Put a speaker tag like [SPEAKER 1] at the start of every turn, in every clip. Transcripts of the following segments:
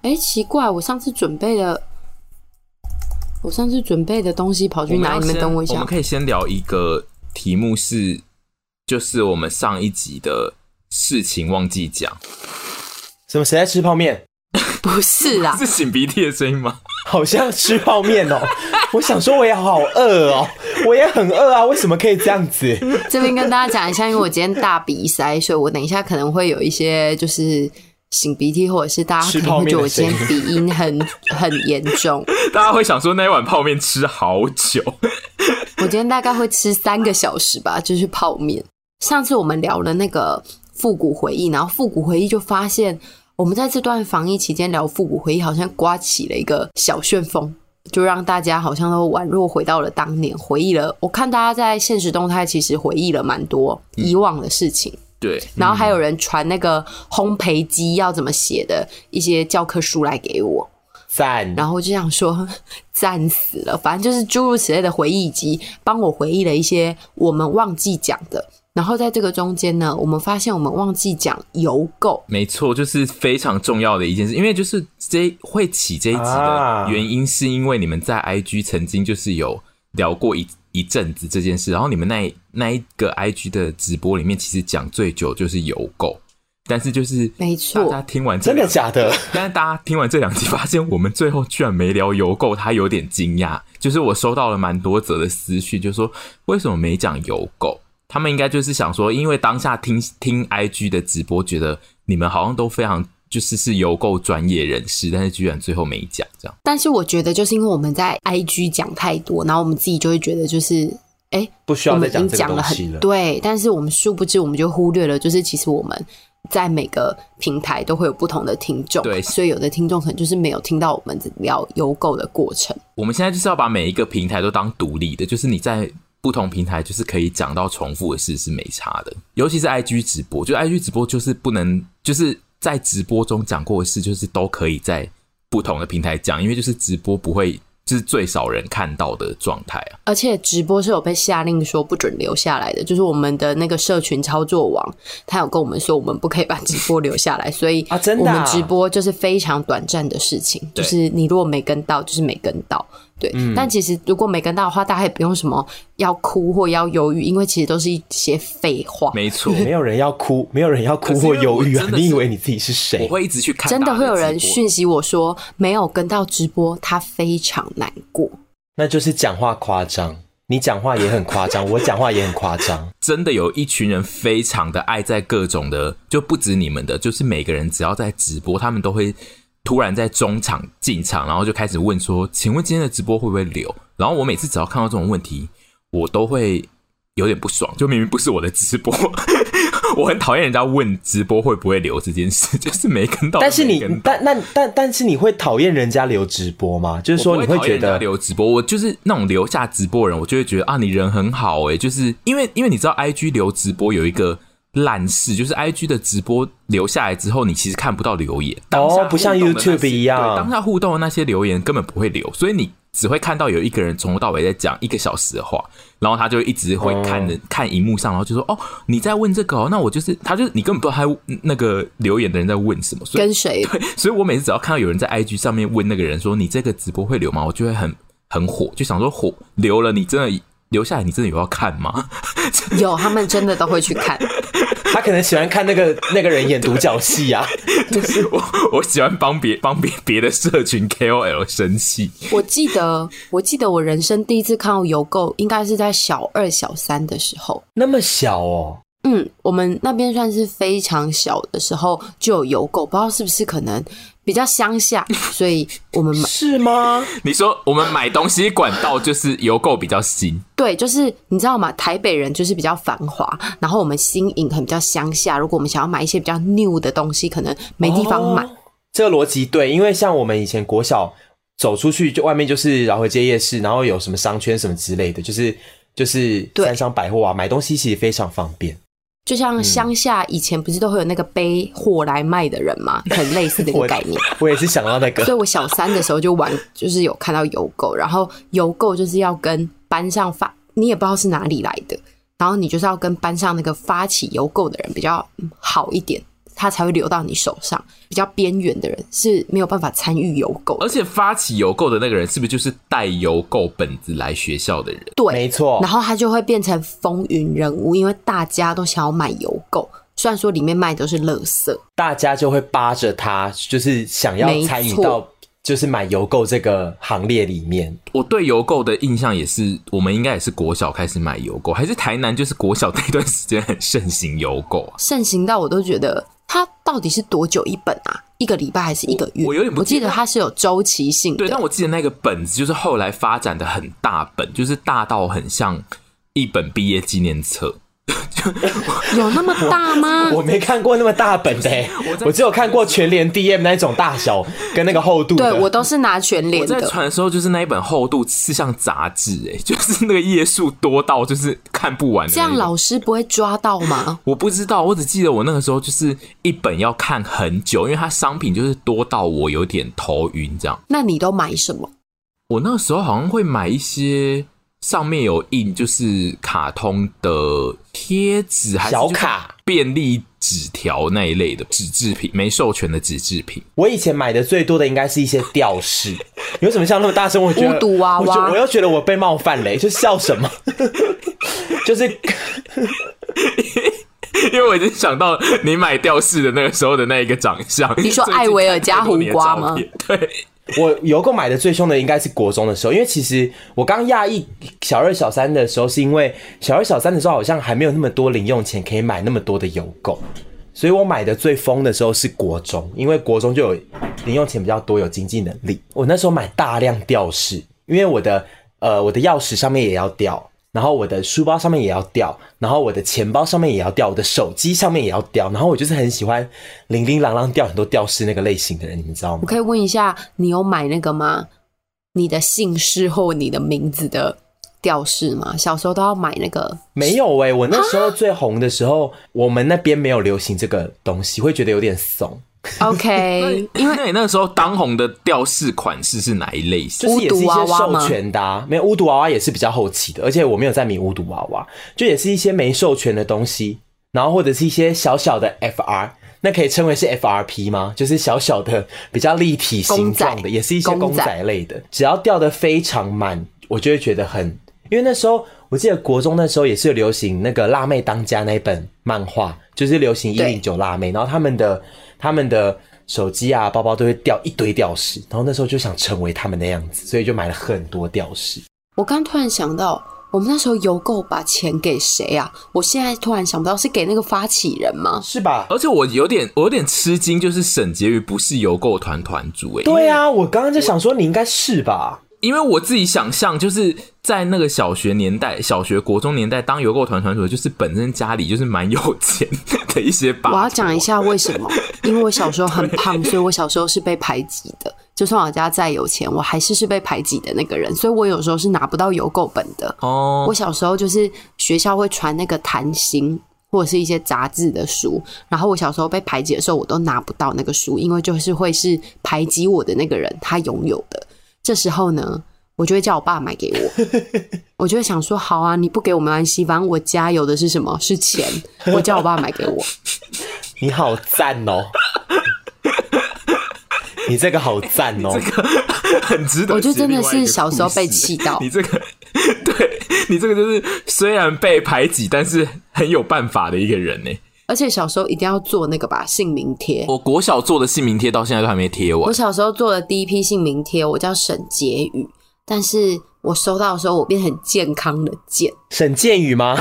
[SPEAKER 1] 哎，奇怪，我上次准备的，我上次准备的东西跑去
[SPEAKER 2] 我们
[SPEAKER 1] 哪？
[SPEAKER 2] 要
[SPEAKER 1] 你们
[SPEAKER 2] 先
[SPEAKER 1] 等我一
[SPEAKER 2] 我
[SPEAKER 1] 下
[SPEAKER 2] 们。可以先聊一个题目是，就是我们上一集的事情忘记讲，
[SPEAKER 3] 什么？谁在吃泡面？
[SPEAKER 1] 不是啦，
[SPEAKER 2] 是擤鼻涕的声音吗？
[SPEAKER 3] 好像吃泡面哦、我想说，我也好饿哦、我也很饿啊，为什么可以这样子？
[SPEAKER 1] 这边跟大家讲一下，因为我今天大鼻塞，所以我等一下可能会有一些就是擤鼻涕，或者是大家可
[SPEAKER 3] 吃
[SPEAKER 1] 能
[SPEAKER 3] 泡
[SPEAKER 1] 会
[SPEAKER 3] 面
[SPEAKER 1] 觉得
[SPEAKER 3] 的
[SPEAKER 1] 我今天
[SPEAKER 3] 声
[SPEAKER 1] 鼻音很 很严重。
[SPEAKER 2] 大家会想说那一碗泡面吃好久，
[SPEAKER 1] 我今天大概会吃三个小时吧，就是泡面。上次我们聊了那个复古回忆，然后复古回忆就发现，我们在这段防疫期间聊复古回忆，好像刮起了一个小旋风，就让大家好像都宛若回到了当年，回忆了。我看大家在现实动态其实回忆了蛮多以往的事情。
[SPEAKER 2] 对，
[SPEAKER 1] 然后还有人传那个烘焙机要怎么写的一些教科书来给我，
[SPEAKER 3] 赞！
[SPEAKER 1] 然后我就想说 赞死了，反正就是诸如此类的回忆集，帮我回忆了一些我们忘记讲的。然后在这个中间呢，我们发现我们忘记讲邮购，
[SPEAKER 2] 没错，就是非常重要的一件事，因为就是这会起这一集的
[SPEAKER 3] 啊
[SPEAKER 2] 原因，是因为你们在 IG 曾经就是有聊过一一阵子这件事，然后你们那一那一个 IG 的直播里面，其实讲最久就是邮购，但是就是
[SPEAKER 1] 没错
[SPEAKER 2] 大家听完这
[SPEAKER 3] 真的
[SPEAKER 2] 两
[SPEAKER 3] 假的？
[SPEAKER 2] 但是大家听完这两集，发现我们最后居然没聊邮购，他有点惊讶。就是我收到了蛮多则的私讯，就说为什么没讲邮购？他们应该就是想说，因为当下听听 IG 的直播，觉得你们好像都非常就是是邮购专业人士，但是居然最后没讲这样。
[SPEAKER 1] 但是我觉得就是因为我们在 IG 讲太多，然后我们自己就会觉得就是哎，
[SPEAKER 3] 不需要
[SPEAKER 1] 我
[SPEAKER 3] 再
[SPEAKER 1] 们已
[SPEAKER 3] 讲
[SPEAKER 1] 经
[SPEAKER 3] 这个
[SPEAKER 1] 讲了
[SPEAKER 3] 东西
[SPEAKER 1] 很
[SPEAKER 3] 了。
[SPEAKER 1] 对，但是我们殊不知，我们就忽略了，就是其实我们在每个平台都会有不同的听众，
[SPEAKER 2] 对
[SPEAKER 1] 所以有的听众可能就是没有听到我们聊邮购的过程。
[SPEAKER 2] 我们现在就是要把每一个平台都当独立的，就是你在不同平台就是可以讲到重复的事是没差的，尤其是 IG 直播，就 IG 直播就是不能就是在直播中讲过的事，就是都可以在不同的平台讲，因为就是直播不会就是最少人看到的状态啊。
[SPEAKER 1] 而且直播是有被下令说不准留下来的，就是我们的那个社群操作网，他有跟我们说我们不可以把直播留下来，所以
[SPEAKER 3] 啊真的
[SPEAKER 1] 我
[SPEAKER 3] 啊
[SPEAKER 1] 们直播就是非常短暂的事情，就
[SPEAKER 2] 对
[SPEAKER 1] 是你如果没跟到，就是没跟到。对，但其实如果没跟到的话，大家也不用什么要哭或要犹豫，因为其实都是一些废话。
[SPEAKER 2] 没错，
[SPEAKER 3] 没有人要哭，没有人要哭或犹豫
[SPEAKER 2] 可是因为我
[SPEAKER 3] 啊！
[SPEAKER 2] 真的是
[SPEAKER 3] 你以为你自己是
[SPEAKER 2] 我
[SPEAKER 3] 谁？
[SPEAKER 2] 会一直去看
[SPEAKER 1] 真的
[SPEAKER 2] 大家
[SPEAKER 1] 会有人
[SPEAKER 2] 直播
[SPEAKER 1] 讯息我说没有跟到直播，他非常难过。
[SPEAKER 3] 那就是讲话夸张，你讲话也很夸张，我讲话也很夸 张。
[SPEAKER 2] 真的有一群人非常的爱在各种的，就不止你们的，就是每个人只要在直播，他们都会突然在中场进场，然后就开始问说：“请问今天的直播会不会留？”然后我每次只要看到这种问题，我都会有点不爽，就明明不是我的直播， 我很讨厌人家问直播会不会留这件事，就是没跟到没跟到。
[SPEAKER 3] 但是你，但那但但是你会讨厌人家留直播吗？就是说
[SPEAKER 2] 我
[SPEAKER 3] 你
[SPEAKER 2] 不会
[SPEAKER 3] 会
[SPEAKER 2] 讨
[SPEAKER 3] 觉
[SPEAKER 2] 厌人家
[SPEAKER 3] 得
[SPEAKER 2] 留直播，我就是那种留下直播的人，我就会觉得啊，你人很好诶、就是因为因为你知道，I G 留直播有一个烂事，就是 I G 的直播留下来之后，你其实看不到留言，当下
[SPEAKER 3] 哦，不像
[SPEAKER 2] 互动的那些
[SPEAKER 3] YouTube 一
[SPEAKER 2] 对，当
[SPEAKER 3] 样，
[SPEAKER 2] 下互动的那些留言根本不会留，所以你只会看到有一个人从头到尾在讲一个小时的话，然后他就一直会看
[SPEAKER 3] 哦
[SPEAKER 2] 着、看荧幕上，然后就说哦，你在问这个哦，那我就是他就是你根本不知道他那个留言的人在问什么，所以
[SPEAKER 1] 跟谁
[SPEAKER 2] 所以我每次只要看到有人在 IG 上面问那个人说你这个直播会留吗，我就会很很火，就想说火留了，你真的留下来，你真的有要看吗？
[SPEAKER 1] 有，他们真的都会去看。
[SPEAKER 3] 他可能喜欢看那个那个人演独角戏啊。
[SPEAKER 2] 我我喜欢帮别帮别别的社群 KOL 生气，
[SPEAKER 1] 我记得，我记得我人生第一次看到邮购，应该是在小二、小三的时候。
[SPEAKER 3] 那么小哦，
[SPEAKER 1] 嗯，我们那边算是非常小的时候就有邮购，不知道是不是可能比较乡 下，所以我们买
[SPEAKER 3] 是吗？
[SPEAKER 2] 你说我们买东西管道就是邮购比较新，
[SPEAKER 1] 对，就是你知道吗？台北人就是比较繁华，然后我们新颖可能比较乡下。如果我们想要买一些比较 new 的东西，可能没地方买。
[SPEAKER 3] 哦这个逻辑对，因为像我们以前国小走出去，就外面就是饶河街夜市，然后有什么商圈什么之类的，就是就是
[SPEAKER 1] 对
[SPEAKER 3] 三商百货啊，买东西其实非常方便。
[SPEAKER 1] 就
[SPEAKER 3] 嗯
[SPEAKER 1] 像乡下以前不是都会有那个背货来卖的人嘛，很类似的一个
[SPEAKER 3] 我
[SPEAKER 1] 概念。
[SPEAKER 3] 我也是想到那 个
[SPEAKER 1] 所以我小三的时候就玩，就是有看到邮购，然后邮购就是要跟班上发，你也不知道是哪里来的，然后你就是要跟班上那个发起邮购的人比较嗯好一点，它才会流到你手上。比较边缘的人是没有办法参与邮购的，
[SPEAKER 2] 而且发起邮购的那个人是不是就是带邮购本子来学校的人？
[SPEAKER 1] 对
[SPEAKER 3] 没，错
[SPEAKER 1] 然。后它就会变成风云人物，因为大家都想要买邮购，虽然说里面卖的都是垃圾，
[SPEAKER 3] 大家就会扒着他，就是想要
[SPEAKER 1] 没
[SPEAKER 3] 参与
[SPEAKER 1] 错
[SPEAKER 3] 到就是买邮购这个行列里面。
[SPEAKER 2] 我对邮购的印象也是，我们应该也是国小开始买邮购，还是台南就是国小那段时间很盛行邮购啊？
[SPEAKER 1] 盛行到我都觉得它到底是多久一本啊？一个礼拜还是一个月？
[SPEAKER 2] 我我有点不
[SPEAKER 1] 记
[SPEAKER 2] 记得
[SPEAKER 1] 得它是有周期性
[SPEAKER 2] 对，但
[SPEAKER 1] 的。
[SPEAKER 2] 我记得那个本子就是后来发展的很大本，就是大到很像一本毕业纪念册。
[SPEAKER 1] 有那么大吗？
[SPEAKER 3] 我没看过那么大本的、欸，我只有看过全联 DM 那种大小跟那个厚度
[SPEAKER 1] 对
[SPEAKER 3] 的。
[SPEAKER 1] 我都是拿全
[SPEAKER 2] 我
[SPEAKER 1] 脸
[SPEAKER 2] 在
[SPEAKER 1] 的，
[SPEAKER 2] 传的时候，就是那一本厚度是像杂志，哎， 就是那个页数多到就是看不完的
[SPEAKER 1] 这
[SPEAKER 2] 那种。
[SPEAKER 1] 样老师不会抓到吗？
[SPEAKER 2] 我不知道，我只记得我那个时候就是一本要看很久，因为它商品就是多到我有点头晕这样。
[SPEAKER 1] 那你都买什么？
[SPEAKER 2] 我那个时候好像会买一些上面有印就是卡通的贴纸，还是
[SPEAKER 3] 小
[SPEAKER 2] 就是
[SPEAKER 3] 卡
[SPEAKER 2] 便利纸条那一类的纸制品，没授权的纸制品。
[SPEAKER 3] 我以前买的最多的应该是一些 吊饰，有什么像那么大声？我觉得
[SPEAKER 1] 巫毒娃娃
[SPEAKER 3] 我觉我又觉得我被冒犯欸嘞、就笑什么？ 就是
[SPEAKER 2] 因为我已经想到你买吊饰的那个时候的那一个长相。
[SPEAKER 1] 你 说
[SPEAKER 2] 所以
[SPEAKER 1] 艾维尔加胡瓜吗
[SPEAKER 2] 就看太多你的照片？对，
[SPEAKER 3] 我邮购买的最凶的应该是国中的时候，因为其实我刚讶异小二小三的时候，是因为小二小三的时候好像还没有那么多零用钱可以买那么多的邮购，所以我买的最疯的时候是国中，因为国中就有零用钱比较多，有经济能力。我那时候买大量吊饰，因为我的呃我的钥匙上面也要吊。然后我的书包上面也要吊，然后我的钱包上面也要吊，我的手机上面也要吊，然后我就是很喜欢零零琅琅吊很多吊饰那个类型的人，你们知道吗
[SPEAKER 1] 我？可以问一下，你有买那个吗？你的姓氏或你的名字的吊饰吗？小时候都要买那 个，
[SPEAKER 3] 没有哎、我那时候最红的时候，我们那边没有流行这个东西，会觉得有点怂，
[SPEAKER 1] OK，因为
[SPEAKER 2] 那你那个时候当红的吊饰款式是哪一类型？
[SPEAKER 3] 就是也是一
[SPEAKER 1] 巫毒娃
[SPEAKER 3] 些
[SPEAKER 1] 娃
[SPEAKER 3] 授
[SPEAKER 1] 吗
[SPEAKER 3] 权的、啊，没有巫毒娃娃也是比较后期的，而且我没有在迷巫毒娃娃，就也是一些没授权的东西，然后或者是一些小小的 FR，那可以称为是 FRP 吗？就是小小的比较立体形状
[SPEAKER 1] 公
[SPEAKER 3] 的，
[SPEAKER 1] 仔
[SPEAKER 3] 也是一些公
[SPEAKER 1] 公仔
[SPEAKER 3] 仔类的，只要吊的非常满，我就会觉得很，因为那时候。我记得国中那时候也是有流行那个《辣妹当家》那一本漫画，就是流行一
[SPEAKER 1] 对
[SPEAKER 3] 零九辣妹，然后他们的他们的手机啊、包包都会掉一堆吊饰，然后那时候就想成为他们那样子，所以就买了很多吊饰。
[SPEAKER 1] 我刚突然想到，我们那时候邮购把钱给谁啊？我现在突然想不到，是给那个发起人吗？
[SPEAKER 3] 是吧？
[SPEAKER 2] 而且我有点，我有点吃惊，就是沈婕妤不是邮购团团主哎、
[SPEAKER 3] 对啊，我刚刚就想说你应该是吧？
[SPEAKER 2] 因为我自己想象，就是在那个小学年代、小学、国中年代当邮购团团主，就是本身家里就是蛮有钱的一些吧。
[SPEAKER 1] 我要讲一，下为什么， 因为我小时候很胖，所以我小时候是被排挤的。就算我家再有钱，我还是是被排挤的那个人，所以我有时候是拿不到邮购本的。
[SPEAKER 2] 哦，
[SPEAKER 1] 我小时候就是学校会传那个弹心或者是一些杂志的书，然后我小时候被排挤的时候，我都拿不到那个书，因为就是会是排挤我的那个人他拥有的。这时候呢，我就会叫我爸买给我，我就会想说，好啊，你不给我没关系，反正我家有的是什么是钱，我叫我爸买给我。
[SPEAKER 3] 你好赞 哦！你这个好赞哦！
[SPEAKER 2] 很值得。
[SPEAKER 1] 我就真的是小时候被气到
[SPEAKER 2] 你这个，对你这个就是虽然被排挤，但是很有办法的一个人呢、
[SPEAKER 1] 而且小时候一定要做那个吧，姓名贴。
[SPEAKER 2] 我国小做的姓名贴到现在都还没贴
[SPEAKER 1] 我
[SPEAKER 2] 完，
[SPEAKER 1] 小时候做的第一批姓名贴，我叫沈婕妤，但是我收到的时候，我变很健康的健，
[SPEAKER 3] 沈建宇吗？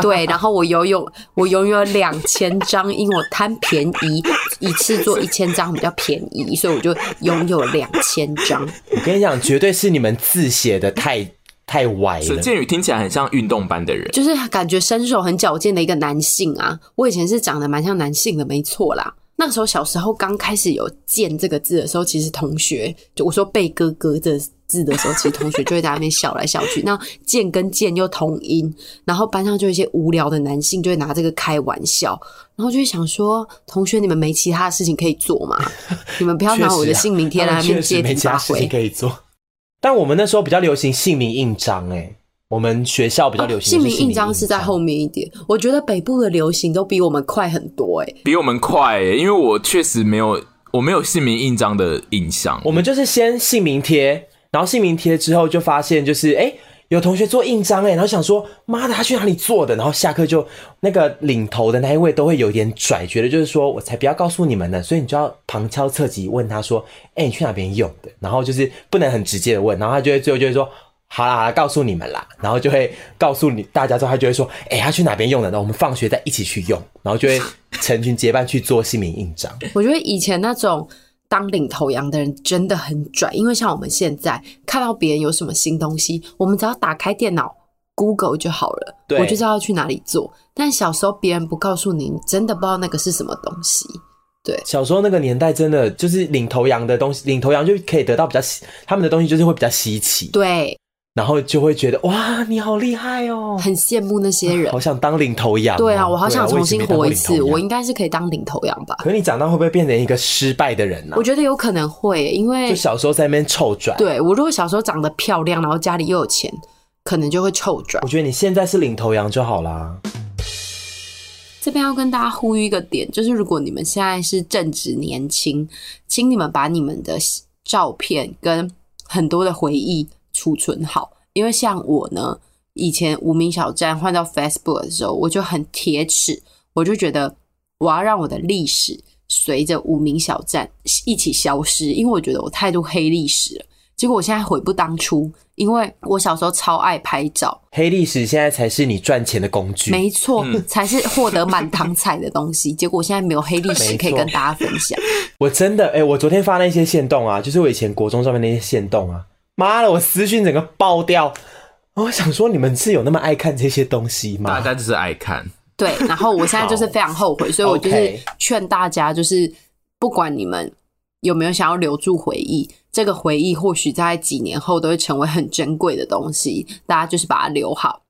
[SPEAKER 1] 对，然后我游泳，我拥有两千张，因为我贪便宜，一次做一千张比较便宜，所以我就拥有两千张。
[SPEAKER 3] 我跟你讲，绝对是你们字写的太太歪
[SPEAKER 2] 沈
[SPEAKER 3] 了。
[SPEAKER 2] 建宇听起来很像运动班的人。
[SPEAKER 1] 就是感觉身手很矫健的一个男性啊。我以前是长得蛮像男性的，没错啦。那个时候小时候刚开始有“健”这个字的时候，其实同学就我说“被哥哥”这字的时候，其实同学就会在那边笑来笑去。那“健”跟“健”又同音，然后班上就有一些无聊的男性就会拿这个开玩笑，然后就会想说：“同学，你们没其他的事情可以做 吗？你们不要
[SPEAKER 3] 确
[SPEAKER 1] 拿我
[SPEAKER 3] 实
[SPEAKER 1] 的
[SPEAKER 3] 啊
[SPEAKER 1] 姓名贴
[SPEAKER 3] 他
[SPEAKER 1] 来
[SPEAKER 3] 们
[SPEAKER 1] 那边
[SPEAKER 3] 确实
[SPEAKER 1] 借
[SPEAKER 3] 没
[SPEAKER 1] 题
[SPEAKER 3] 其他
[SPEAKER 1] 发
[SPEAKER 3] 事
[SPEAKER 1] 挥
[SPEAKER 3] 情。可以做。但我们那时候比较流行姓名印章、欸，我们学校比较流
[SPEAKER 1] 哦
[SPEAKER 3] 行
[SPEAKER 1] 姓
[SPEAKER 3] 的
[SPEAKER 1] 名
[SPEAKER 3] 是
[SPEAKER 1] 印章是在后面一点，我觉得北部的流行都比我们快很多哎、
[SPEAKER 2] 比我们快、欸，因为我确实没有，我没有姓名印章的印象。
[SPEAKER 3] 我们就是先姓名贴，然后姓名贴之后就发现就是哎、诶有同学做印章哎、诶然后想说妈的他去哪里做的，然后下课就那个领头的那一位都会有点拽，觉得就是说我才不要告诉你们呢，所以你就要旁敲侧击问他说，哎、你去哪边用的？然后就是不能很直接的问，然后他就会最后就会说。好啦，好啦，告诉你们啦，然后就会告诉你大家之后，他就会说，哎、他去哪边用的？然后我们放学再一起去用，然后就会成群结伴去做姓名印章。
[SPEAKER 1] 我觉得以前那种当领头羊的人真的很拽，因为像我们现在看到别人有什么新东西，我们只要打开电脑 Google 就好了，
[SPEAKER 3] 对
[SPEAKER 1] 我就知道要去哪里做。但小时候别人不告诉你，你真的不知道那个是什么东西。
[SPEAKER 3] 小时候那个年代，真的就是领头羊的东西，领头羊就可以得到比较稀，他们的东西就是会比较稀奇，
[SPEAKER 1] 对，
[SPEAKER 3] 然后就会觉得哇，你好厉害哦，
[SPEAKER 1] 很羡慕那些人
[SPEAKER 3] 好。想当领头羊哦、
[SPEAKER 1] 对啊，我好想重新活一
[SPEAKER 3] 对
[SPEAKER 1] 次，
[SPEAKER 3] 啊我以前没当
[SPEAKER 1] 我
[SPEAKER 3] 过领头羊
[SPEAKER 1] 应该是可以当领头羊吧？
[SPEAKER 3] 可你长大会不会变成一个失败的人呢、
[SPEAKER 1] 我觉得有可能会，因为
[SPEAKER 3] 哦就小时候在那边臭拽。
[SPEAKER 1] 对我如果小时候长得漂亮，然后家里又有钱，可能就会臭转
[SPEAKER 3] 我。觉得你现在是领头羊就好啦。
[SPEAKER 1] 这边要跟大家呼吁一个点，就是如果你们现在是正值年轻，请你们把你们的照片跟很多的回忆储存好，因为像我呢，以前无名小站换到 Facebook 的时候，我就很铁齿，我就觉得我要让我的历史随着无名小站一起消失，因为我觉得我太多黑历史了。结果我现在悔不当初，因为我小时候超爱拍照，
[SPEAKER 3] 黑历史现在才是你赚钱的工具。
[SPEAKER 1] 没错，
[SPEAKER 2] 嗯
[SPEAKER 1] 才是获得满堂彩的东西。结果我现在没有黑历史
[SPEAKER 3] 没错
[SPEAKER 1] 可以跟大家分享，
[SPEAKER 3] 我真的，哎、我昨天发那些线动啊，就是我以前国中上面那些线动啊，妈的，我私讯整个爆掉。我想说，你们是有那么爱看这些东西吗？
[SPEAKER 2] 大家就是爱看，
[SPEAKER 1] 对。然后我现在就是非常后悔，所以我就是劝大家，就是不管你们有没有想要留住回忆，这个回忆或许在几年后都会成为很珍贵的东西，大家就是把它留好。